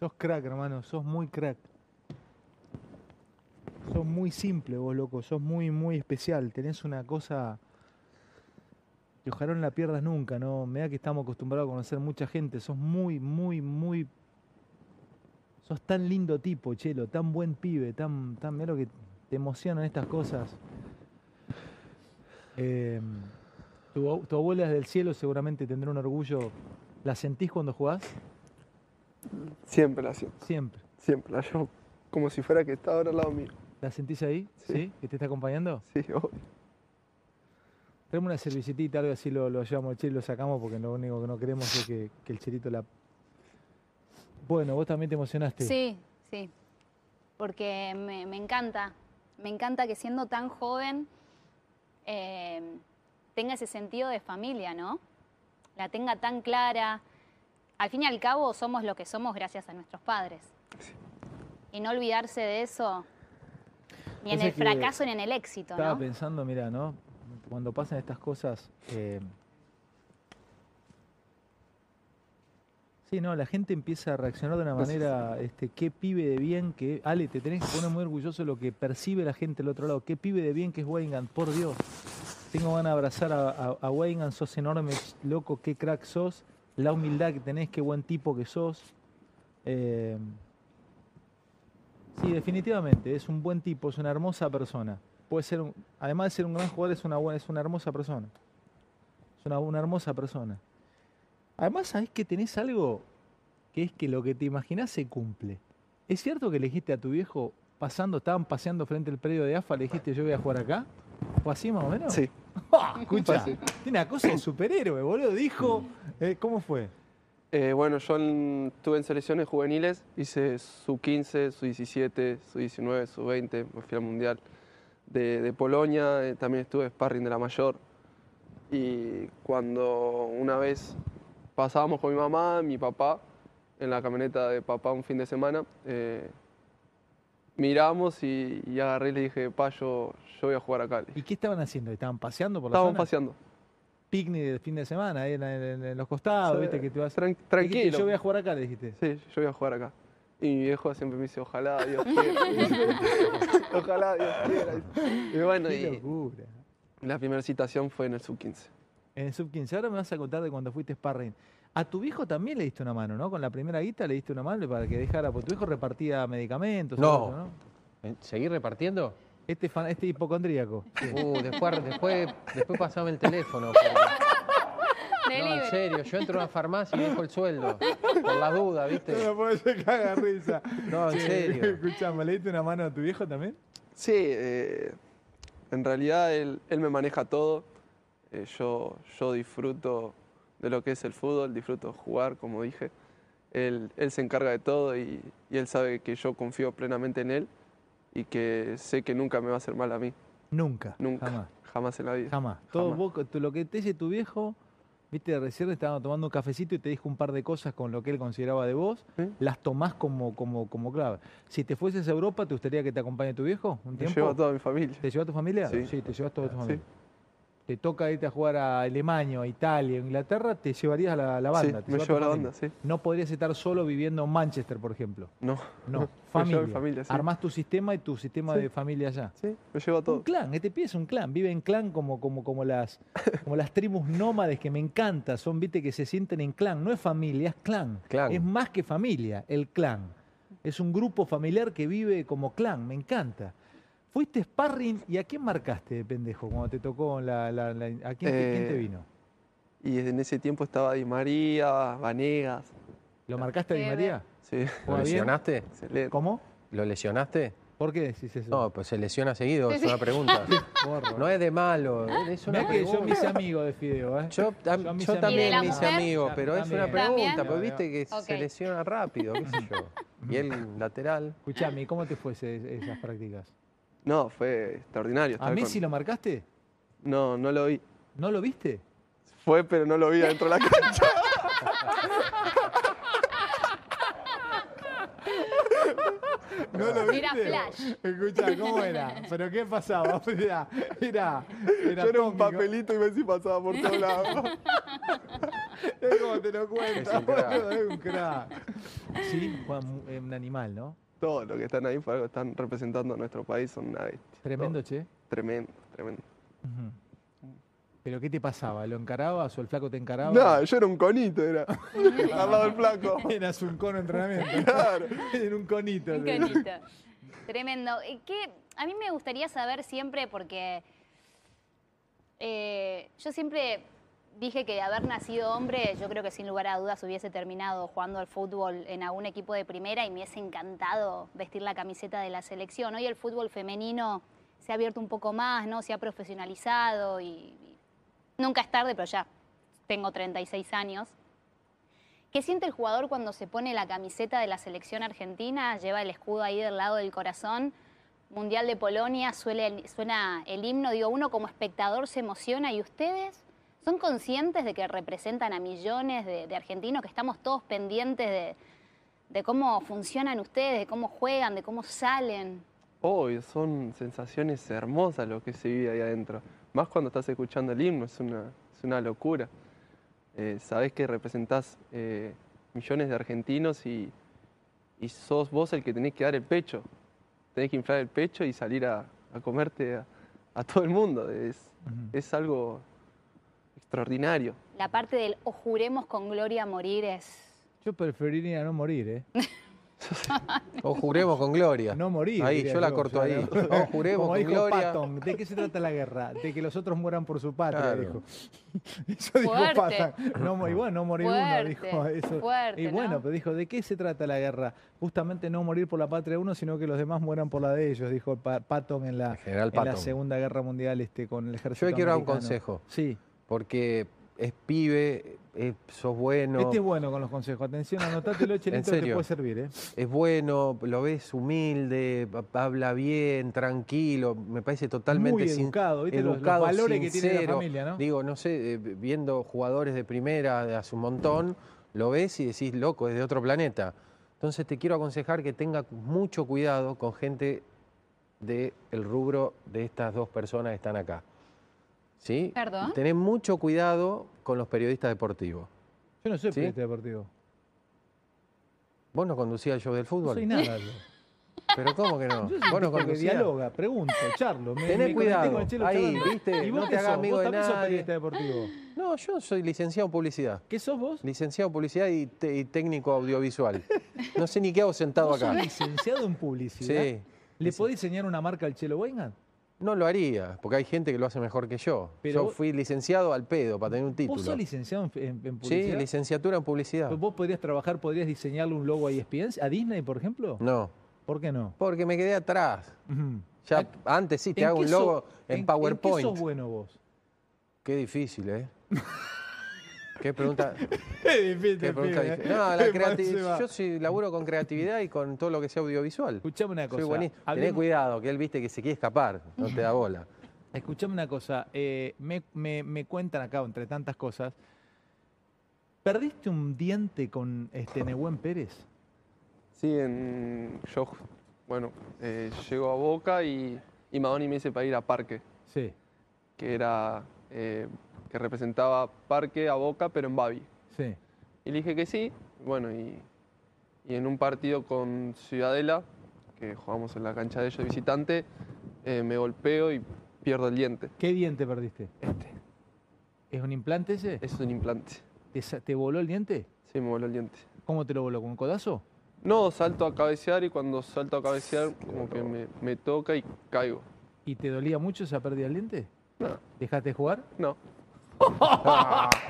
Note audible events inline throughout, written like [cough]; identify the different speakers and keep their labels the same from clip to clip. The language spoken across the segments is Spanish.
Speaker 1: Sos crack, hermano, sos muy crack. Sos muy simple vos, loco, sos muy, muy especial. Tenés una cosa que ojalá no la pierdas nunca, ¿no? Me da que estamos acostumbrados a conocer mucha gente. Sos muy, muy, muy... Sos tan lindo tipo, Chelo, tan buen pibe, tan... tan mirá lo que te emocionan estas cosas. Eh, tu, ab- tu abuela es del cielo, seguramente tendrá un orgullo. ¿La sentís cuando jugás?
Speaker 2: Siempre la siento,
Speaker 1: Siempre.
Speaker 2: siempre la llevo como si fuera que está ahora al lado mío.
Speaker 1: ¿La sentís ahí?
Speaker 2: Sí.
Speaker 1: ¿Sí? ¿Que te está acompañando?
Speaker 2: Sí, obvio.
Speaker 1: Traeme una servilletita, algo así lo, lo llevamos al chile y lo sacamos porque lo único que no queremos es que, que el chilito la. Bueno, vos también te emocionaste.
Speaker 3: Sí, sí. Porque me, me encanta. Me encanta que siendo tan joven eh, tenga ese sentido de familia, ¿no? La tenga tan clara. Al fin y al cabo somos lo que somos gracias a nuestros padres. Y no olvidarse de eso, ni en
Speaker 1: Entonces que
Speaker 3: el fracaso ni en el éxito,
Speaker 1: Estaba
Speaker 3: ¿no?
Speaker 1: pensando, mira, ¿no? Cuando pasan estas cosas. eh, Sí, no, la gente empieza a reaccionar de una manera, este, qué pibe de bien que. Ale, te tenés que poner muy orgulloso de lo que percibe la gente del otro lado. Qué pibe de bien que es Weigand, por Dios. Tengo ganas de abrazar a, a, a Weigand, sos enorme, ch- loco, qué crack sos. La humildad que tenés, qué buen tipo que sos. Eh, Sí, definitivamente, es un buen tipo, es una hermosa persona. Puede ser, un- además de ser un gran jugador, es una buena, es una hermosa persona. Es una, una hermosa persona. Además, sabés que tenés algo que es que lo que te imaginás se cumple. ¿Es cierto que elegiste a tu viejo pasando, estaban paseando frente al predio de AFA, le dijiste yo voy a jugar acá? ¿Fue así más o menos?
Speaker 2: Sí,
Speaker 1: ¡Ah! escucha,
Speaker 2: Fue así.
Speaker 1: tiene una cosa de superhéroe, boludo. Dijo, eh, ¿cómo fue?
Speaker 2: Eh, bueno, yo en- estuve en selecciones juveniles, hice su 15, su 17, su 19, su 20, me fui al Mundial de, de Polonia, eh, también estuve sparring de la mayor. Y cuando una vez pasábamos con mi mamá, mi papá, en la camioneta de papá un fin de semana, eh, miramos y, y agarré y le dije, pa, yo, yo voy a jugar acá. le dije.
Speaker 1: ¿Y qué estaban haciendo? ¿Estaban paseando por la
Speaker 2: Estábamos
Speaker 1: zona?
Speaker 2: paseando,
Speaker 1: picnic de fin de semana, ahí en, en- en los costados,
Speaker 2: Sí,
Speaker 1: Ah, viste, que te vas.
Speaker 2: tran-
Speaker 1: Dijiste,
Speaker 2: tranquilo.
Speaker 1: Yo voy a jugar acá, le dijiste.
Speaker 2: Sí, yo voy a jugar acá. Y mi viejo siempre me dice, ojalá
Speaker 1: [laughs]
Speaker 2: Dios quiera. ojalá Dios quiera. Y bueno,
Speaker 1: Qué
Speaker 2: y
Speaker 1: locura.
Speaker 2: la primera citación fue en el sub-15.
Speaker 1: En el sub 15, ahora me vas a contar de cuando fuiste sparring. A tu viejo también le diste una mano, ¿no? Con la primera guita le diste una mano para que dejara, porque tu viejo repartía medicamentos.
Speaker 4: No.
Speaker 1: algo,
Speaker 4: ¿Seguir repartiendo?
Speaker 1: Este, fan- este hipocondríaco.
Speaker 4: Uh, después, después, después pasame el teléfono. porque- No, en
Speaker 3: Delivery.
Speaker 4: serio, yo entro a una farmacia y dejo el sueldo. Por la duda, ¿viste?
Speaker 1: puede ser caga [laughs] risa.
Speaker 4: No, en serio.
Speaker 1: Escuchame, ¿le diste una mano a tu viejo también?
Speaker 2: Sí, eh, en realidad él, él me maneja todo. Eh, yo, yo disfruto de lo que es el fútbol, disfruto jugar, como dije. Él, él se encarga de todo y, y él sabe que yo confío plenamente en él y que sé que nunca me va a hacer mal a mí.
Speaker 1: Nunca.
Speaker 2: Nunca.
Speaker 1: Jamás.
Speaker 2: Jamás en la vida.
Speaker 1: Jamás. Todo
Speaker 2: Jamás.
Speaker 1: vos- tú- lo que te dice tu viejo, viste, recién estábamos tomando un cafecito y te dijo un par de cosas con lo que él consideraba de vos,
Speaker 2: Sí.
Speaker 1: las tomás como, como, como clave. Si te fueses a Europa, ¿te gustaría que te acompañe tu viejo un
Speaker 2: Me
Speaker 1: tiempo?
Speaker 2: llevo a toda mi familia.
Speaker 1: ¿Te lleva a tu familia?
Speaker 2: Sí.
Speaker 1: te llevas toda tu
Speaker 2: Sí.
Speaker 1: familia. Te toca irte a jugar a Alemania, a Italia, a Inglaterra, te llevarías a la, la
Speaker 2: Sí,
Speaker 1: banda. te
Speaker 2: me
Speaker 1: llevas a tu
Speaker 2: llevo a la
Speaker 1: familia.
Speaker 2: banda, sí.
Speaker 1: No podrías estar solo viviendo en Manchester, por ejemplo.
Speaker 2: No.
Speaker 1: No,
Speaker 2: [laughs] Me llevo a
Speaker 1: familia.
Speaker 2: mi familia, sí.
Speaker 1: Armás tu sistema y tu sistema
Speaker 2: Sí.
Speaker 1: de familia allá.
Speaker 2: Sí, me llevo a
Speaker 1: Un
Speaker 2: todo.
Speaker 1: clan, este pibe es un clan, vive en clan como, como, como, las, como las tribus nómades que me encanta, son, viste, que se sienten en clan, no es familia, es clan.
Speaker 4: Clan.
Speaker 1: Es más que familia, el clan. Es un grupo familiar que vive como clan, me encanta. Fuiste sparring y a quién marcaste, pendejo, cuando te tocó la... la- la- ¿A quién, te- quién te
Speaker 2: Eh,
Speaker 1: vino?
Speaker 2: Y en ese tiempo estaba Di María, Vanegas.
Speaker 1: ¿Lo marcaste a Di
Speaker 3: Qué
Speaker 1: María?
Speaker 2: Sí, [laughs]
Speaker 4: ¿Lo
Speaker 1: ¿Juega bien?
Speaker 4: lesionaste?
Speaker 2: excelente.
Speaker 1: ¿Cómo?
Speaker 4: ¿Lo lesionaste?
Speaker 1: ¿Por qué decís eso?
Speaker 4: No, pues se lesiona seguido, es una pregunta.
Speaker 1: Porro.
Speaker 4: No es de malo, es una
Speaker 1: Mirá que yo
Speaker 4: pregunta.
Speaker 1: mis amigos de Fideo, ¿eh?
Speaker 4: Yo, tam-
Speaker 1: Yo a mis
Speaker 4: yo
Speaker 1: amigos-
Speaker 3: ¿Y de la
Speaker 4: también, mis
Speaker 3: mujer?
Speaker 4: amigos, pero es una
Speaker 1: También.
Speaker 4: pregunta,
Speaker 3: También.
Speaker 4: porque viste que
Speaker 3: Ok.
Speaker 4: se lesiona rápido, qué sé yo. Y el lateral.
Speaker 1: Escuchame, ¿y ¿cómo te fue ese- esas prácticas?
Speaker 2: No, fue extraordinario.
Speaker 1: ¿A
Speaker 2: estar
Speaker 1: Messi
Speaker 2: con-
Speaker 1: lo marcaste?
Speaker 2: No, no lo vi.
Speaker 1: ¿No lo viste?
Speaker 2: Fue, pero no lo vi adentro
Speaker 1: [laughs]
Speaker 2: de la cancha.
Speaker 1: No lo
Speaker 3: Era flash.
Speaker 1: Escucha, ¿cómo era? ¿Pero qué pasaba? [laughs] Mira, mira.
Speaker 2: [laughs] Yo era un papelito y Messi pasaba por todos lados.
Speaker 1: Es como te lo cuento.
Speaker 4: Es un crack.
Speaker 1: boludo, es un crack. Sí, Juan, mu- es un animal, ¿no?
Speaker 2: Todos los que están ahí por algo están representando a nuestro país, son una bestia.
Speaker 1: Tremendo,
Speaker 2: Todos.
Speaker 1: che.
Speaker 2: Tremendo, tremendo.
Speaker 1: Ujú. ¿Pero qué te pasaba? ¿Lo encarabas o el flaco te encaraba?
Speaker 2: No, yo era un conito, [laughs] era. Al lado del flaco.
Speaker 1: Eras un cono de entrenamiento. [laughs]
Speaker 2: [laughs] Claro.
Speaker 1: en un conito.
Speaker 3: Un
Speaker 1: te-
Speaker 3: canito. Tremendo. Eh, ¿Qué? A mí me gustaría saber siempre, porque eh, yo siempre dije que de haber nacido hombre, yo creo que sin lugar a dudas hubiese terminado jugando al fútbol en algún equipo de primera y me hubiese encantado vestir la camiseta de la selección. Hoy el fútbol femenino se ha abierto un poco más, ¿no? Se ha profesionalizado y- y nunca es tarde, pero ya tengo 36 años. ¿Qué siente el jugador cuando se pone la camiseta de la selección argentina? Lleva el escudo ahí del lado del corazón. Mundial de Polonia, suele el- suena el himno. Digo, uno como espectador se emociona. ¿Y ustedes son conscientes de que representan a millones de, de argentinos, que estamos todos pendientes de, de cómo funcionan ustedes, de cómo juegan, de cómo salen?
Speaker 2: Obvio, son sensaciones hermosas lo que se vive ahí adentro. Más cuando estás escuchando el himno, es una, es una locura. Eh, sabés que representás eh, millones de argentinos y, y sos vos el que tenés que dar el pecho. Tenés que inflar el pecho y salir a, a comerte a, a todo el mundo. Es,
Speaker 1: Ujú.
Speaker 2: es algo extraordinario.
Speaker 3: La parte del o juremos con gloria morir es...
Speaker 1: Yo preferiría no morir, ¿eh?
Speaker 4: O juremos con gloria.
Speaker 1: No morir.
Speaker 4: Ahí,
Speaker 1: diría
Speaker 4: yo la corto
Speaker 1: o sea,
Speaker 4: ahí.
Speaker 1: ¿no?
Speaker 4: No, juremos
Speaker 1: Como
Speaker 4: con
Speaker 1: dijo
Speaker 4: gloria.
Speaker 1: Patton, ¿de qué se trata la guerra? De que los otros mueran por su patria,
Speaker 4: Claro.
Speaker 1: dijo. [laughs] Eso dijo
Speaker 3: Fuerte.
Speaker 1: Patton. No, mo- y bueno, no morir
Speaker 3: Fuerte,
Speaker 1: uno, dijo. Eso.
Speaker 3: fuerte,
Speaker 1: y bueno,
Speaker 3: ¿no?
Speaker 1: pero dijo, ¿de qué se trata la guerra? Justamente no morir por la patria de uno, sino que los demás mueran por la de ellos, dijo Pa- Patton en la,
Speaker 4: El general
Speaker 1: en la
Speaker 4: Patton.
Speaker 1: Segunda Guerra Mundial este, con el ejército
Speaker 4: quiero dar un
Speaker 1: americano.
Speaker 4: consejo.
Speaker 1: Sí,
Speaker 4: Porque es pibe, es- sos bueno,
Speaker 1: este es bueno con los consejos. Atención,
Speaker 4: [laughs]
Speaker 1: anotátelo, Chelito, que te
Speaker 4: serio.
Speaker 1: puede servir, ¿eh?
Speaker 4: es bueno, lo ves humilde, ha- habla bien, tranquilo, me parece totalmente
Speaker 1: Muy
Speaker 4: sin-
Speaker 1: educado, ¿viste? Los- los
Speaker 4: educado,
Speaker 1: valores que tiene la
Speaker 4: sincero.
Speaker 1: familia, ¿no?
Speaker 4: Digo, no sé, eh, viendo jugadores de primera de hace un montón, lo ves y decís, loco, es de otro planeta. Entonces te quiero aconsejar que tenga mucho cuidado con gente del rubro de estas dos personas que están acá. ¿Sí?
Speaker 3: Perdón.
Speaker 4: Tener mucho cuidado con los periodistas deportivos.
Speaker 1: Yo no soy
Speaker 4: ¿Sí?
Speaker 1: periodista este deportivo.
Speaker 4: Vos no conducías el show del
Speaker 1: No
Speaker 4: fútbol. Ah.
Speaker 1: soy nada. yo.
Speaker 4: Pero ¿cómo que no? Vos no
Speaker 1: Porque
Speaker 4: conducías.
Speaker 1: dialoga, pregunto, charlo. Me,
Speaker 4: Tené
Speaker 1: me conecté
Speaker 4: cuidado,
Speaker 1: con el Chelo
Speaker 4: ahí,
Speaker 1: charlando.
Speaker 4: ¿viste?
Speaker 1: ¿Y vos
Speaker 4: No
Speaker 1: qué
Speaker 4: te hagas
Speaker 1: sos?
Speaker 4: amigo
Speaker 1: ¿Vos
Speaker 4: de
Speaker 1: también sos
Speaker 4: nadie.
Speaker 1: periodista deportivo?
Speaker 4: No, yo soy licenciado en publicidad.
Speaker 1: ¿Qué sos vos?
Speaker 4: Licenciado en publicidad y, te- y técnico audiovisual. No sé ni qué hago sentado
Speaker 1: ¿Vos sos
Speaker 4: acá.
Speaker 1: licenciado en publicidad?
Speaker 4: Sí.
Speaker 1: ¿Le podés enseñar una marca al Chelo Weigand?
Speaker 4: No lo haría, porque hay gente que lo hace mejor que yo.
Speaker 1: Pero
Speaker 4: yo
Speaker 1: vos-
Speaker 4: fui licenciado al pedo para tener un título.
Speaker 1: ¿Vos sos licenciado en, en- en
Speaker 4: sí,
Speaker 1: publicidad?
Speaker 4: licenciatura en publicidad.
Speaker 1: ¿Vos podrías trabajar, podrías diseñarle un logo a E ESPN, a Disney, por ejemplo?
Speaker 4: No,
Speaker 1: ¿Por qué no?
Speaker 4: porque me quedé atrás.
Speaker 1: Ujú.
Speaker 4: Ya antes sí te
Speaker 1: ¿En
Speaker 4: hago
Speaker 1: qué
Speaker 4: un logo
Speaker 1: sos-
Speaker 4: en,
Speaker 1: en
Speaker 4: PowerPoint.
Speaker 1: ¿En qué sos bueno vos?
Speaker 4: Qué
Speaker 1: [laughs]
Speaker 4: difícil, ¿eh? qué pregunta.
Speaker 1: Es difícil,
Speaker 4: [laughs] Qué pregunta
Speaker 1: pibe,
Speaker 4: difícil.
Speaker 1: ¿eh? [laughs]
Speaker 4: No, la
Speaker 1: Es más, se
Speaker 4: creatividad.
Speaker 1: va.
Speaker 4: Yo sí laburo con creatividad y con todo lo que sea audiovisual.
Speaker 1: Escuchame una
Speaker 4: Soy
Speaker 1: cosa.
Speaker 4: buenísimo. Tené
Speaker 1: hablemos-
Speaker 4: cuidado, que él viste que se quiere escapar, no te da [laughs] bola.
Speaker 1: Escuchame una cosa, eh, me, me- me cuentan acá, entre tantas cosas, ¿perdiste un diente con este Nehuen Pérez?
Speaker 2: Sí, en, yo, bueno, eh, llego a Boca y, y Madoni me dice para ir a Parque.
Speaker 1: Sí,
Speaker 2: que era eh, que representaba Parque a Boca, pero en Babi.
Speaker 1: sí.
Speaker 2: Y le dije que sí, bueno, y, y en un partido con Ciudadela, que jugamos en la cancha de ellos de visitante, eh, me golpeo y pierdo el diente.
Speaker 1: ¿Qué diente perdiste?
Speaker 2: Este,
Speaker 1: ¿Es un implante ese?
Speaker 2: es un implante.
Speaker 1: ¿Te, sa- te voló el diente?
Speaker 2: Sí, me voló el diente.
Speaker 1: ¿Cómo te lo voló? ¿Con un codazo?
Speaker 2: No, salto a cabecear y cuando salto a cabecear, como que me, me toca y caigo.
Speaker 1: ¿Y te dolía mucho esa pérdida del diente?
Speaker 2: No,
Speaker 1: ¿Dejaste de jugar?
Speaker 2: no.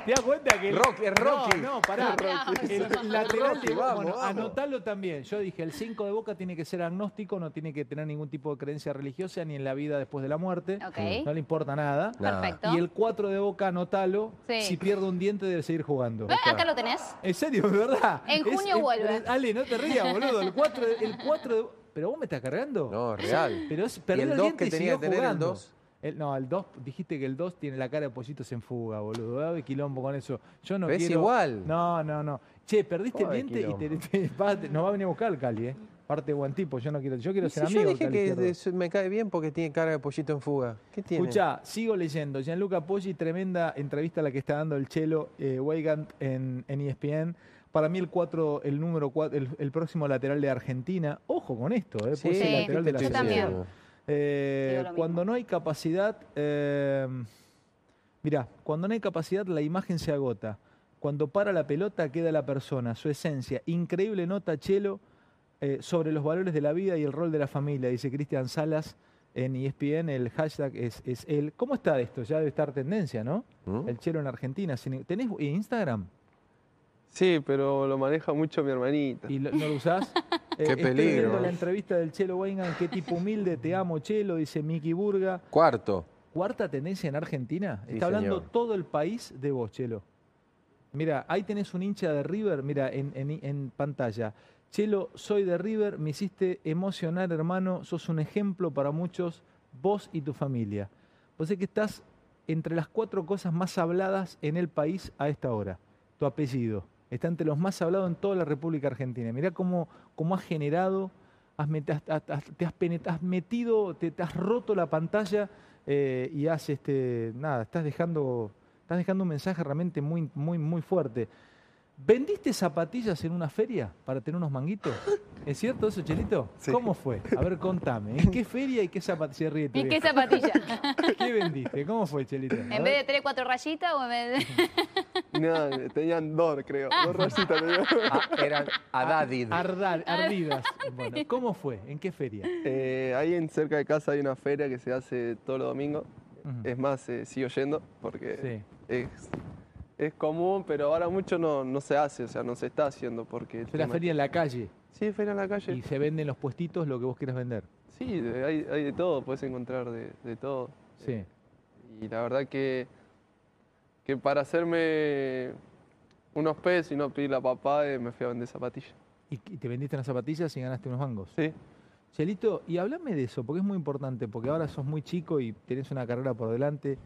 Speaker 1: ¿Te das cuenta que... el-
Speaker 4: Rocky, es Rocky.
Speaker 1: No, no, pará. El lateral
Speaker 4: Rocky,
Speaker 1: de Boca-
Speaker 4: vamos,
Speaker 1: bueno,
Speaker 4: vamos.
Speaker 1: anotalo también. Yo dije, el 5 de Boca tiene que ser agnóstico, no tiene que tener ningún tipo de creencia religiosa ni en la vida después de la muerte.
Speaker 3: Ok.
Speaker 1: No le importa nada.
Speaker 4: Nada.
Speaker 3: Perfecto.
Speaker 1: Y el 4 de Boca, anotalo.
Speaker 3: Sí.
Speaker 1: Si pierde un diente, debe seguir jugando.
Speaker 3: Eh, Acá lo tenés.
Speaker 1: En serio, de verdad.
Speaker 3: En junio vuelve.
Speaker 1: eh, Ale, no te rías, boludo. El 4 de, el 4 de- ¿Pero vos me estás cargando?
Speaker 4: No, es real.
Speaker 1: Pero es,
Speaker 4: ¿Y
Speaker 1: perdió
Speaker 4: el
Speaker 1: el,
Speaker 4: dos
Speaker 1: diente
Speaker 4: que
Speaker 1: y
Speaker 4: tenía
Speaker 1: siguió
Speaker 4: que tener el
Speaker 1: jugando.
Speaker 4: dos?
Speaker 1: El- no, el 2, dijiste que el 2 tiene la cara de pollitos en fuga, boludo. Dame quilombo con eso. Yo no
Speaker 4: Pero es
Speaker 1: quiero-
Speaker 4: igual.
Speaker 1: No, no, no. Che, perdiste
Speaker 4: Joder,
Speaker 1: el diente y
Speaker 4: quilombo.
Speaker 1: te, te- vas- te- nos va a venir a buscar el Cali, ¿eh? Parte de buen tipo, yo no quiero, yo quiero
Speaker 4: Y
Speaker 1: ser
Speaker 4: si
Speaker 1: amigo
Speaker 4: yo
Speaker 1: de
Speaker 4: dije
Speaker 1: Cali
Speaker 4: que
Speaker 1: Izquierdo.
Speaker 4: de- me cae bien porque tiene cara de pollito en fuga. ¿Qué tiene?
Speaker 1: Escuchá, sigo leyendo. Gianluca Poggi, tremenda entrevista la que está dando el Chelo eh, Weigand en, E en ESPN. Para mí el cuatro, el número 4, el, el próximo lateral de Argentina. Ojo con esto, eh, Poggi,
Speaker 3: Sí,
Speaker 1: el lateral de la
Speaker 3: yo
Speaker 1: selección.
Speaker 3: también.
Speaker 1: Eh,
Speaker 3: Digo lo
Speaker 1: cuando no
Speaker 3: mismo.
Speaker 1: hay capacidad, eh, mirá, cuando no hay capacidad la imagen se agota. Cuando para la pelota queda la persona, su esencia. Increíble nota, Chelo, eh, sobre los valores de la vida y el rol de la familia, dice Cristian Salas en E ESPN. El hashtag es, es él. ¿Cómo está esto? Ya debe estar tendencia, ¿no?
Speaker 4: ¿Mm?
Speaker 1: El Chelo en Argentina. sin- ¿Tenés Instagram?
Speaker 2: Sí, pero lo maneja mucho mi
Speaker 1: [laughs]
Speaker 2: hermanita.
Speaker 1: y lo- no lo
Speaker 3: [laughs]
Speaker 1: usás. Eh,
Speaker 4: Qué
Speaker 1: estoy
Speaker 4: peligro,
Speaker 1: viendo
Speaker 4: ¿eh?
Speaker 1: la entrevista del Chelo Weingan, qué tipo humilde, te amo, Chelo, dice Miki Burga.
Speaker 4: Cuarto.
Speaker 1: Cuarta tendencia en Argentina.
Speaker 4: Sí,
Speaker 1: Está hablando
Speaker 4: señor.
Speaker 1: todo el país de vos, Chelo. Mira, ahí tenés un hincha de River, mira, en, en- en pantalla. Chelo, soy de River, me hiciste emocionar, hermano. Sos un ejemplo para muchos, vos y tu familia. Vos sé que estás entre las cuatro cosas más habladas en el país a esta hora. Tu apellido está entre los más hablados en toda la República Argentina. Mirá cómo, cómo has generado, has met- has- has- has- te has, penet- has metido, te, te has roto la pantalla eh, y has, este, nada, estás dejando, estás dejando un mensaje realmente muy, muy, muy fuerte. ¿Vendiste zapatillas en una feria para tener unos manguitos? ¿Es cierto eso, Chelito?
Speaker 2: Sí.
Speaker 1: ¿Cómo fue? A ver, contame. ¿En qué feria y qué zapatillas ríete?
Speaker 3: ¿Y [laughs] qué
Speaker 1: vieja.
Speaker 3: zapatilla?
Speaker 1: ¿Qué vendiste? ¿Cómo fue, Chelito? A
Speaker 3: ¿En
Speaker 1: ver.
Speaker 3: vez de tres, cuatro rayitas o en vez
Speaker 1: [laughs]
Speaker 3: de.?
Speaker 2: Nada, tenían dos, creo.
Speaker 1: Ah.
Speaker 2: Dos rayitas tenían.
Speaker 4: Ah,
Speaker 1: [laughs]
Speaker 4: eran Adadid.
Speaker 1: Ardal- ardidas. Bueno, ¿cómo fue? ¿En qué feria?
Speaker 2: Eh, ahí en cerca de casa hay una feria que se hace todos los domingos.
Speaker 1: Ujú.
Speaker 2: Es más, eh, sigo yendo porque
Speaker 1: Sí.
Speaker 2: es, es común, pero ahora mucho no, no se hace, o sea, no se está haciendo porque... el
Speaker 1: Fue la
Speaker 2: tema-
Speaker 1: feria en la calle
Speaker 2: Sí, feria en la calle.
Speaker 1: y se venden los puestitos lo que vos quieras vender.
Speaker 2: Sí, de- hay, hay de todo, puedes encontrar de, de todo.
Speaker 1: Sí.
Speaker 2: Y la verdad que, que para hacerme unos pesos y no pedir la papá, eh, me fui a vender zapatillas.
Speaker 1: Y, y te vendiste unas zapatillas y ganaste unos mangos.
Speaker 2: Sí.
Speaker 1: Chelito, y háblame de eso, porque es muy importante, porque ahora sos muy chico y tenés una carrera por delante.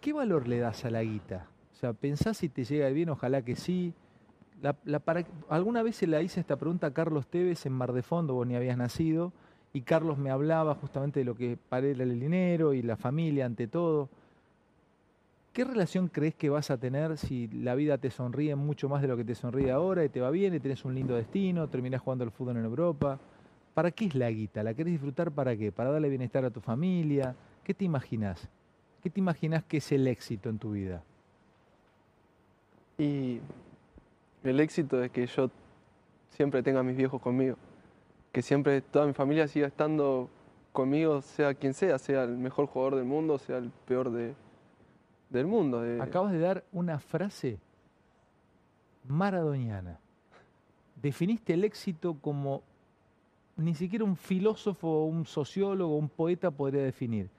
Speaker 1: ¿Qué valor le das a la guita? O sea, pensás si te llega bien, ojalá que sí. La- la para- alguna vez se la hice esta pregunta a Carlos Tevez en Mar de Fondo, vos ni habías nacido, y Carlos me hablaba justamente de lo que para él era el dinero y la familia ante todo. ¿Qué relación crees que vas a tener si la vida te sonríe mucho más de lo que te sonríe ahora y te va bien y tenés un lindo destino, terminás jugando al fútbol en Europa? ¿Para qué es la guita? ¿La querés disfrutar para qué? ¿Para darle bienestar a tu familia? ¿Qué te imaginas? ¿Qué te imaginas que es el éxito en tu vida?
Speaker 2: Y el éxito es que yo siempre tenga a mis viejos conmigo. Que siempre toda mi familia siga estando conmigo, sea quien sea, sea el mejor jugador del mundo, sea el peor de- del mundo. de-
Speaker 1: Acabas de dar una frase maradoniana. Definiste el éxito como ni siquiera un filósofo, un sociólogo, un poeta podría definir.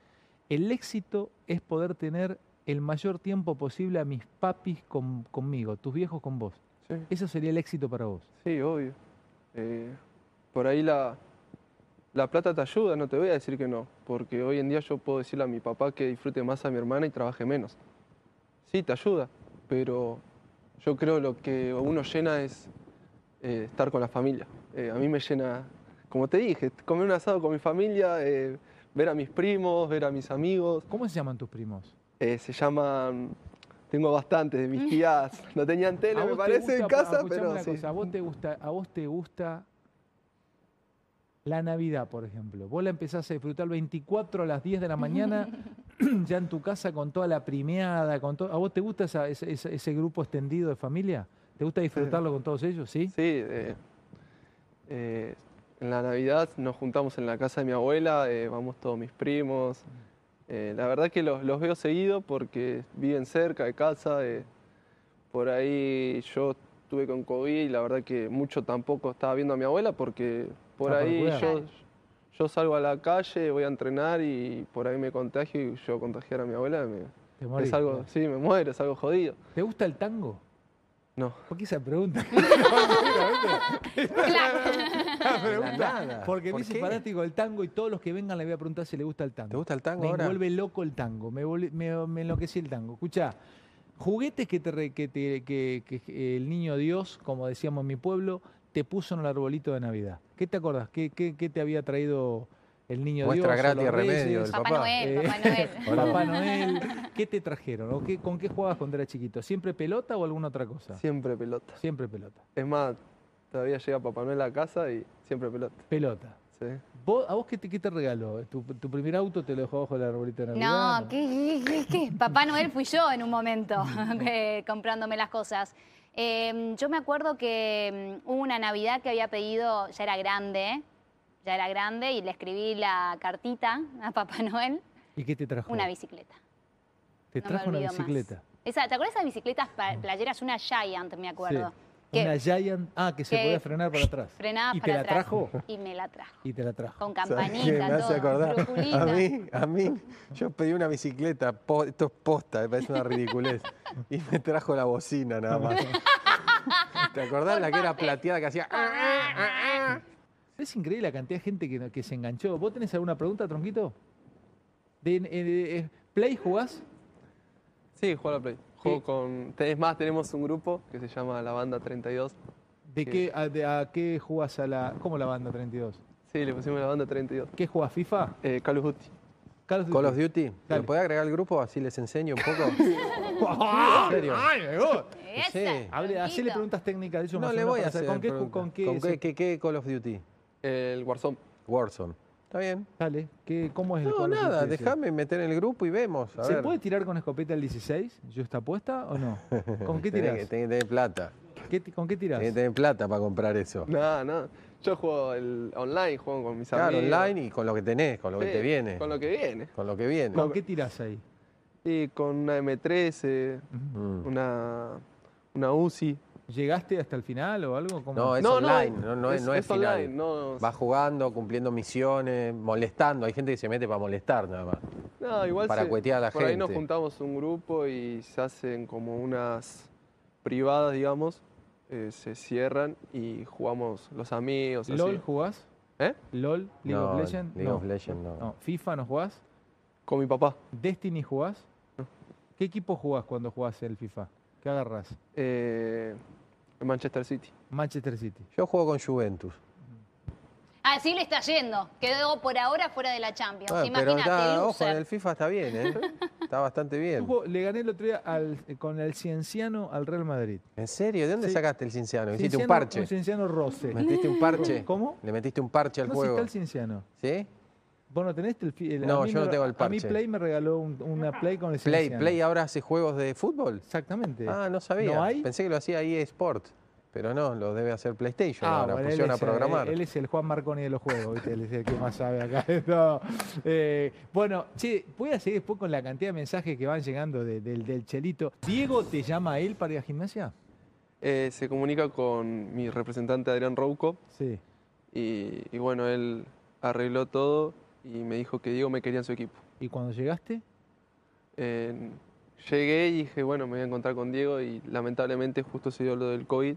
Speaker 1: El éxito es poder tener el mayor tiempo posible a mis papis con- conmigo, tus viejos con vos.
Speaker 2: Sí.
Speaker 1: Eso sería el éxito para vos.
Speaker 2: Sí, obvio. Eh, por ahí la, la plata te ayuda, no te voy a decir que no, porque hoy en día yo puedo decirle a mi papá que disfrute más a mi hermana y trabaje menos. Sí, te ayuda, pero yo creo lo que uno llena es eh, estar con la familia. Eh, a mí me llena, como te dije, comer un asado con mi familia, eh, ver a mis primos, ver a mis amigos.
Speaker 1: ¿Cómo se llaman tus primos?
Speaker 2: Eh, se llaman, tengo bastantes de
Speaker 1: [laughs]
Speaker 2: mis tías, no tenían tele,
Speaker 1: ¿A vos
Speaker 2: me
Speaker 1: te
Speaker 2: parece, en
Speaker 1: gusta-
Speaker 2: casa,
Speaker 1: escuchame
Speaker 2: pero
Speaker 1: una
Speaker 2: sí.
Speaker 1: cosa, ¿a, vos te gusta, a vos te gusta la Navidad, por ejemplo. Vos la empezás a disfrutar el 24 a las 10 de la
Speaker 2: [laughs]
Speaker 1: mañana, ya en tu casa con toda la primeada, con todo. ¿A vos te gusta esa- ese, ese- ese grupo extendido de familia? ¿Te gusta disfrutarlo con todos ellos? ¿Sí?
Speaker 2: Sí, eh, eh, en la Navidad nos juntamos en la casa de mi abuela, eh, vamos todos mis primos. Eh, la verdad que los, los veo seguido porque viven cerca de casa. eh, por ahí yo estuve con COVID y la verdad que mucho tampoco estaba viendo a mi abuela porque por
Speaker 1: Ah, para
Speaker 2: ahí
Speaker 1: cuidar.
Speaker 2: yo, yo salgo a la calle, voy a entrenar y por ahí me contagio y yo contagiar a mi abuela me,
Speaker 1: Te
Speaker 2: me
Speaker 1: morís,
Speaker 2: salgo,
Speaker 1: claro.
Speaker 2: sí, me muero, es algo jodido.
Speaker 1: ¿Te gusta el tango?
Speaker 2: No.
Speaker 1: ¿Por qué esa
Speaker 2: [laughs]
Speaker 1: pregunta?
Speaker 4: [laughs] De la nada.
Speaker 1: Porque me
Speaker 4: ¿Por
Speaker 1: hice
Speaker 4: qué?
Speaker 1: fanático del tango y todos los que vengan le voy a preguntar si le gusta el tango.
Speaker 4: ¿Te gusta el tango
Speaker 1: Me
Speaker 4: ahora?
Speaker 1: vuelve loco el tango, me, volvi- me, me enloquecí el tango. Escucha, juguetes que, te, re- que, te- que- que- que el niño Dios, como decíamos en mi pueblo, te puso en el arbolito de Navidad? ¿Qué te acordás? ¿Qué, qué, qué te había traído el niño
Speaker 4: Muestra
Speaker 1: Dios? o
Speaker 4: gratis
Speaker 1: los
Speaker 4: remedio
Speaker 1: Reyes?
Speaker 4: del
Speaker 3: Papá,
Speaker 4: papá.
Speaker 3: Noel,
Speaker 1: Eh,
Speaker 3: Papá
Speaker 1: [laughs]
Speaker 3: Noel.
Speaker 1: Papá Noel, ¿qué te trajeron? ¿O qué, ¿Con qué jugabas cuando eras chiquito? ¿Siempre pelota o alguna otra cosa?
Speaker 2: Siempre pelota.
Speaker 1: Siempre pelota.
Speaker 2: Es más, todavía llega Papá Noel a casa y siempre pelota.
Speaker 1: Pelota.
Speaker 2: Sí.
Speaker 1: ¿Vos- ¿A vos qué te, qué te regaló? ¿Tu, tu primer auto te lo dejó bajo el arbolito de Navidad?
Speaker 3: No, ¿qué, qué, qué, qué? Papá Noel fui yo en un
Speaker 1: [laughs]
Speaker 3: momento [laughs] eh, comprándome las cosas. Eh, yo me acuerdo que mm, hubo una Navidad que había pedido, ya era grande, ya era grande, y le escribí la cartita a Papá Noel,
Speaker 1: ¿Y qué te trajo?
Speaker 3: una bicicleta.
Speaker 1: Te
Speaker 3: No me
Speaker 1: trajo una
Speaker 3: olvido más.
Speaker 1: bicicleta.
Speaker 3: Esa, ¿Te acuerdas de esas bicicletas pa- playeras? Una Giant, me acuerdo.
Speaker 1: Sí.
Speaker 3: que
Speaker 1: Una Giant. Ah, que se
Speaker 3: que
Speaker 1: podía frenar para atrás.
Speaker 3: frenaba
Speaker 1: ¿Y
Speaker 3: para
Speaker 1: te la
Speaker 3: atrás.
Speaker 1: trajo?
Speaker 3: Y me la trajo.
Speaker 1: Y te la trajo.
Speaker 3: Con
Speaker 4: ¿Sabés qué
Speaker 3: campanita,
Speaker 4: me hace
Speaker 3: todo.
Speaker 4: acordar?
Speaker 3: brujulita.
Speaker 4: A mí, a mí, yo pedí una bicicleta, po- esto es posta, me parece una ridiculez. Y me trajo la
Speaker 1: [laughs]
Speaker 4: bocina nada más.
Speaker 3: [laughs]
Speaker 4: ¿Te acordás la que era plateada que hacía? "Ah, ah, ah, ah"?
Speaker 1: Es increíble la cantidad de gente que, que se enganchó. ¿Vos tenés alguna pregunta, Tronquito? De- eh, eh, ¿Play jugás?
Speaker 2: Sí, juego a la Play. Juego con. Es más, tenemos un grupo que se llama La Banda 32.
Speaker 1: ¿De
Speaker 2: Sí.
Speaker 1: qué, a, de- a qué jugás a la. ¿Cómo la banda 32?
Speaker 2: Sí, le pusimos la Banda 32.
Speaker 1: ¿Qué jugás? ¿FIFA?
Speaker 2: Eh, Call of Duty.
Speaker 1: Carlos
Speaker 4: Call of Duty.
Speaker 1: Dale.
Speaker 4: ¿Lo podés agregar al grupo? Así les enseño un
Speaker 1: [laughs]
Speaker 4: poco. [laughs]
Speaker 1: ¡Ay,
Speaker 4: ¿En serio?
Speaker 1: ay, me gusta!
Speaker 3: Esa,
Speaker 4: Sí.
Speaker 1: ¡Oh, Hable- hacele
Speaker 3: Bronquito.
Speaker 1: preguntas técnicas de ellos
Speaker 4: No
Speaker 1: más o
Speaker 4: le
Speaker 1: menos
Speaker 4: voy a
Speaker 1: para
Speaker 4: hacer.
Speaker 1: saber ¿Con qué, ju-
Speaker 4: pregunta.
Speaker 1: con qué,
Speaker 4: ¿Con
Speaker 1: se-
Speaker 4: qué, qué- qué Call of Duty?
Speaker 2: El Warzone.
Speaker 4: Warzone. Está bien.
Speaker 1: Dale, ¿qué- ¿cómo es el
Speaker 4: No,
Speaker 1: Call of
Speaker 4: nada,
Speaker 1: Duty ese?
Speaker 4: déjame meter en el grupo y vemos. A
Speaker 1: ¿Se
Speaker 4: ver.
Speaker 1: puede tirar con escopeta el 16? ¿Yo está puesta o
Speaker 4: [laughs]
Speaker 1: no? ¿Con qué
Speaker 4: Tenés
Speaker 1: tirás?
Speaker 4: que- tenés que tener plata.
Speaker 1: ¿Qué ti- ¿Con qué tirás?
Speaker 4: Tenés que tener plata para comprar eso.
Speaker 2: Nada, nada. Yo juego el online, juego con mis
Speaker 4: Claro,
Speaker 2: amigos.
Speaker 4: online y con lo que tenés, con lo que
Speaker 2: Sí,
Speaker 4: te viene.
Speaker 2: Con lo que viene.
Speaker 4: Con lo que viene.
Speaker 1: ¿Con qué tirás ahí?
Speaker 2: Y con una M13,
Speaker 4: Mm.
Speaker 2: una, una UCI.
Speaker 1: ¿Llegaste hasta el final o algo? ¿Cómo?
Speaker 4: No, es
Speaker 2: No, no,
Speaker 4: online, no, no es,
Speaker 2: es-
Speaker 4: no es
Speaker 2: es
Speaker 4: final.
Speaker 2: online, no-
Speaker 4: Va jugando, cumpliendo misiones, molestando. Hay gente que se mete para molestar nada más.
Speaker 2: No, igual
Speaker 4: Para
Speaker 2: se-
Speaker 4: cuetear a la
Speaker 2: por ahí nos
Speaker 4: gente.
Speaker 2: juntamos un grupo y se hacen como unas privadas, digamos. eh, se cierran y jugamos los amigos. así.
Speaker 1: ¿LOL jugás?
Speaker 2: ¿Eh?
Speaker 1: ¿LOL? ¿League
Speaker 4: No,
Speaker 1: of Legends?
Speaker 4: League of Legends no.
Speaker 1: ¿FIFA no jugás?
Speaker 2: Con mi papá.
Speaker 1: ¿Destiny jugás? ¿Qué equipo jugás cuando jugás el FIFA? ¿Qué agarrás?
Speaker 2: eh, en Manchester City.
Speaker 1: Manchester City.
Speaker 4: Yo juego con Juventus.
Speaker 3: Así le está yendo. Quedó por ahora fuera de la Champions.
Speaker 4: Ah, pero
Speaker 3: Imagínate,
Speaker 4: está, ojo,
Speaker 3: loser.
Speaker 4: en el FIFA está bien,
Speaker 3: [laughs]
Speaker 4: ¿eh? Está bastante bien.
Speaker 1: Hubo- le gané el otro día al- eh, con el Cienciano al Real Madrid.
Speaker 4: ¿En serio? ¿De dónde
Speaker 1: Sí.
Speaker 4: sacaste el cinciano? Hiciste un
Speaker 1: Cienciano-
Speaker 4: parche.
Speaker 1: Un Cienciano roce.
Speaker 4: ¿Metiste un
Speaker 1: [laughs]
Speaker 4: parche?
Speaker 1: ¿Cómo?
Speaker 4: ¿Le metiste un parche al
Speaker 1: No, si
Speaker 4: juego?
Speaker 1: está el Cienciano.
Speaker 4: ¿Sí?
Speaker 1: ¿Vos no tenés el, fi- el- a
Speaker 4: No,
Speaker 1: mí
Speaker 4: yo
Speaker 1: me
Speaker 4: no
Speaker 1: lo-
Speaker 4: tengo el
Speaker 1: A mí
Speaker 4: parche.
Speaker 1: Play me regaló un- una Play con el
Speaker 4: Play,
Speaker 1: Cienciano.
Speaker 4: Play ahora hace juegos de fútbol.
Speaker 1: Exactamente.
Speaker 4: Ah, no sabía.
Speaker 1: ¿No hay?
Speaker 4: Pensé que lo hacía EA Sport, pero no, lo debe hacer PlayStation ahora,
Speaker 1: Ah, bueno, él
Speaker 4: pusieron a
Speaker 1: es el-
Speaker 4: programar.
Speaker 1: Él, es el Juan Marconi de los juegos, ¿viste? él es el que más sabe acá. de todo. Eh, bueno, che, voy a seguir después con la cantidad de mensajes que van llegando de- del, del chelito. ¿Diego te llama a él para ir a gimnasia?
Speaker 2: Eh, se comunica con mi representante Adrián Rouco
Speaker 1: Sí.
Speaker 2: y, y bueno, él arregló todo y me dijo que Diego me quería en su equipo.
Speaker 1: ¿Y cuando llegaste?
Speaker 2: Eh, llegué y dije, bueno, me voy a encontrar con Diego y lamentablemente justo se dio lo del COVID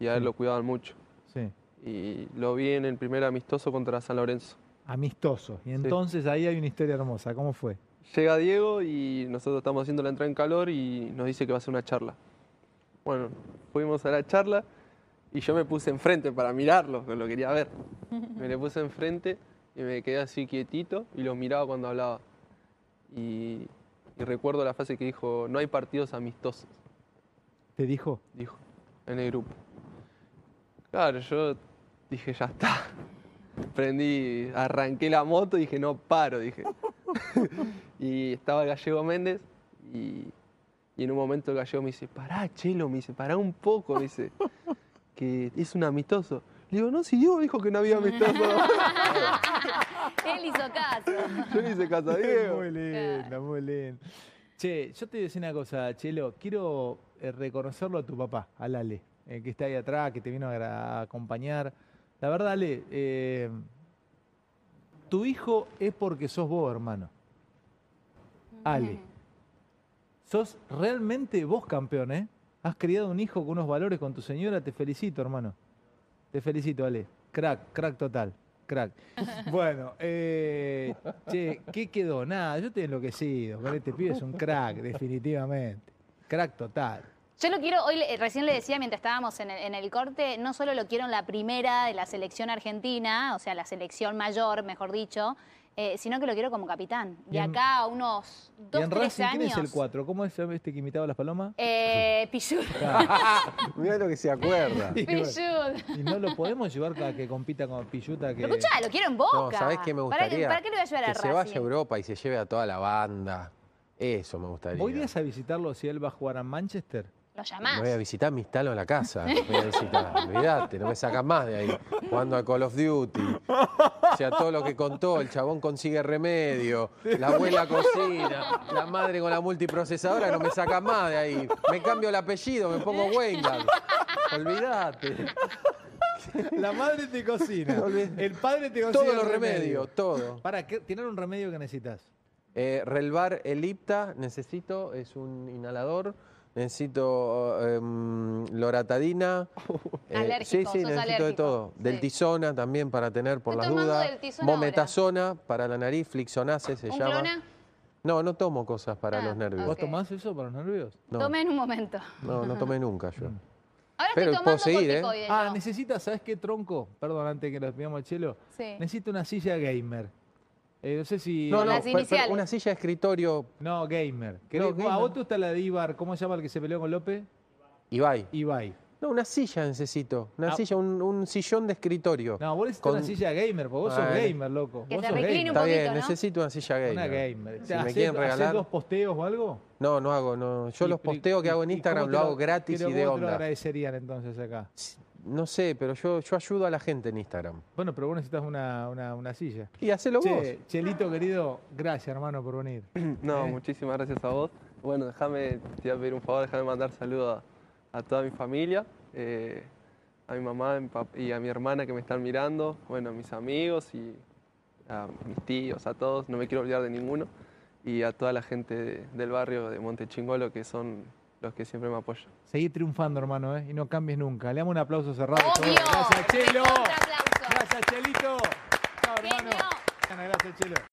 Speaker 2: y a él
Speaker 1: Sí.
Speaker 2: lo cuidaban mucho.
Speaker 1: Sí.
Speaker 2: Y lo vi en el primer amistoso contra San Lorenzo.
Speaker 1: Amistoso. Y entonces ahí hay una historia hermosa. ¿Cómo fue?
Speaker 2: Llega Diego y nosotros estamos haciendo la entrada en calor y nos dice que va a hacer una charla. Bueno, fuimos a la charla y yo me puse enfrente para mirarlo, que lo quería ver. Me le puse enfrente y me quedé así quietito y lo miraba cuando hablaba. Y, y recuerdo la frase que dijo, no hay partidos amistosos,
Speaker 1: ¿Te dijo?
Speaker 2: dijo, en el grupo. Claro, yo dije, ya está. Prendí, arranqué la moto y dije, no paro, dije. [laughs] y estaba el Gallego Méndez y, y en un momento el Gallego me dice, pará, Chelo, me dice, pará un poco, me dice, que es un amistoso. Le digo, no, si Diego dijo que no había amistoso.
Speaker 3: [laughs] Él hizo caso.
Speaker 2: yo le
Speaker 1: [laughs]
Speaker 2: hice caso a Diego.
Speaker 1: Muy lindo, muy lindo. Che, yo te voy a decir una cosa, Chelo. Quiero eh, reconocerlo a tu papá, al Ale, eh, que está ahí atrás, que te vino a, gra- a acompañar. La verdad, Ale, eh, tu hijo es porque sos vos, hermano. Ale. Sos realmente vos campeón, ¿eh? Has criado un hijo con unos valores con tu señora. Te felicito, hermano. Te felicito, Ale. Crack, crack total.
Speaker 3: [laughs]
Speaker 1: Crack. Bueno, eh, che, ¿qué quedó? Nada, yo estoy enloquecido. Con este pibe es un crack, definitivamente. Crack total.
Speaker 3: Yo lo quiero, hoy le- recién le decía mientras estábamos en el, en el corte, no solo lo quiero en la primera de la selección argentina, o sea, la selección mayor, mejor dicho, eh, sino que lo quiero como capitán.
Speaker 1: Y
Speaker 3: De
Speaker 1: en-
Speaker 3: acá a unos
Speaker 1: ¿Y
Speaker 3: dos,
Speaker 1: en
Speaker 3: tres
Speaker 1: Racing quién
Speaker 3: años.
Speaker 1: es el 4? ¿Cómo es este que imitaba a las
Speaker 3: [laughs]
Speaker 1: palomas? [laughs]
Speaker 3: Eh, Pichu-
Speaker 4: Mira lo que se acuerda.
Speaker 1: Sí, bueno. Eh,
Speaker 3: Pichu.
Speaker 1: Y no lo podemos llevar a que compita con Pilluta. Que...
Speaker 3: Pero escuchá, lo quiero en boca.
Speaker 4: [laughs] No, ¿sabés qué me
Speaker 3: ¿Para
Speaker 4: gustaría?
Speaker 3: ¿Para, qué lo voy a llevar
Speaker 4: que
Speaker 3: a
Speaker 4: se vaya a
Speaker 3: Racing?
Speaker 4: Europa y se lleve a toda la banda. Eso me gustaría.
Speaker 1: ¿Vos irías a visitarlo si él va a jugar a Manchester?
Speaker 3: Lo
Speaker 4: Me voy a
Speaker 3: llamás.
Speaker 4: visitar mis talos en la casa. me Voy a visitar. Olvídate, no me sacan más de ahí. Jugando a Call of Duty. O sea, todo lo que contó, el chabón consigue remedio, la abuela cocina, la madre con la multiprocesadora, no me sacan más de ahí. Me cambio el apellido, me pongo Weigand. Olvídate.
Speaker 1: [laughs] La madre te [laughs] cocina. el padre te
Speaker 4: Todos los remedios, todo.
Speaker 1: Para, ¿tienen un remedio que necesitas?
Speaker 4: Eh, relvar elipta, necesito, es un inhalador. Necesito eh, mm,
Speaker 3: [laughs]
Speaker 4: loratadina. Eh, sí,
Speaker 3: Alérgico,
Speaker 4: sí,
Speaker 3: sos
Speaker 4: necesito de
Speaker 3: alérgico,
Speaker 4: todo.
Speaker 3: sí.
Speaker 4: Del tisona también para tener por
Speaker 3: Estoy
Speaker 4: las
Speaker 3: tomando
Speaker 4: dudas.
Speaker 3: del tisona ahora.
Speaker 4: Mometasona para la nariz, flixonase se
Speaker 3: ¿Un
Speaker 4: llama.
Speaker 3: clona?
Speaker 4: No, no tomo cosas para
Speaker 3: Ah,
Speaker 4: los nervios.
Speaker 1: ¿Vos
Speaker 3: Ok.
Speaker 1: tomás eso para los nervios?
Speaker 4: No,
Speaker 3: Tomé en un momento.
Speaker 4: no, no tomé nunca yo.
Speaker 3: Ahora
Speaker 4: Pero
Speaker 3: estoy
Speaker 4: puedo
Speaker 3: tomando
Speaker 4: seguir, ¿eh?
Speaker 3: corticoides,
Speaker 1: Ah,
Speaker 3: yo.
Speaker 1: necesitas, ¿sabes qué tronco? Perdón, antes que nos pidamos el chelo.
Speaker 3: Sí.
Speaker 1: Necesito una silla gamer. Eh, no sé si.
Speaker 4: No, no,
Speaker 3: Las
Speaker 4: per- per-
Speaker 3: iniciales.
Speaker 4: una silla de escritorio,
Speaker 1: No, gamer. Querés-
Speaker 4: gamer.
Speaker 1: ¿A vos te gusta la de Ibar? ¿Cómo se llama el que se peleó con López?
Speaker 4: Ibai.
Speaker 1: Ibai.
Speaker 4: No, una silla necesito. Una
Speaker 1: Ah.
Speaker 4: silla, un, un sillón de escritorio.
Speaker 1: No, vos necesitas
Speaker 4: Con-
Speaker 1: una silla gamer, porque vos sos
Speaker 4: Bueno.
Speaker 1: gamer, loco.
Speaker 3: Que
Speaker 1: Vos
Speaker 3: se
Speaker 1: sos
Speaker 3: recline
Speaker 1: gamer.
Speaker 4: Está
Speaker 3: poquito,
Speaker 4: bien,
Speaker 3: ¿no?
Speaker 4: necesito una silla gamer.
Speaker 1: Una gamer.
Speaker 4: Si
Speaker 1: ¿Hacés-
Speaker 4: me quieren
Speaker 1: hacés
Speaker 4: regalar.
Speaker 1: dos posteos o algo?
Speaker 4: No, no hago, no. Yo
Speaker 1: Y-
Speaker 4: los posteos que
Speaker 1: y-
Speaker 4: hago en
Speaker 1: y
Speaker 4: Instagram
Speaker 1: cómo
Speaker 4: lo
Speaker 1: te
Speaker 4: hago gratis
Speaker 1: pero
Speaker 4: y de
Speaker 1: cómo te lo
Speaker 4: onda.
Speaker 1: agradecerían entonces acá?
Speaker 4: No sé, pero yo, yo ayudo a la gente en Instagram.
Speaker 1: Bueno, pero vos necesitas una, una, una silla.
Speaker 4: Y hacelo vos.
Speaker 1: Che, Chelito querido, gracias hermano por venir.
Speaker 2: No, muchísimas gracias a vos. Bueno, déjame, te voy a pedir un favor, déjame mandar saludos a, a toda mi familia, eh, a mi mamá a mi pap- y a mi hermana que me están mirando, bueno, a mis amigos y a mis tíos, a todos, no me quiero olvidar de ninguno, y a toda la gente de- del barrio de Montechingolo que son los que siempre me apoyan.
Speaker 1: Seguí triunfando hermano, ¿eh? y no cambies nunca. Le damos un aplauso cerrado.
Speaker 3: Obvio.
Speaker 1: Gracias Chelo.
Speaker 3: Recontra aplauso.
Speaker 1: Gracias Chelito. Chao hermano.
Speaker 3: Genio.
Speaker 1: Gracias Chelo.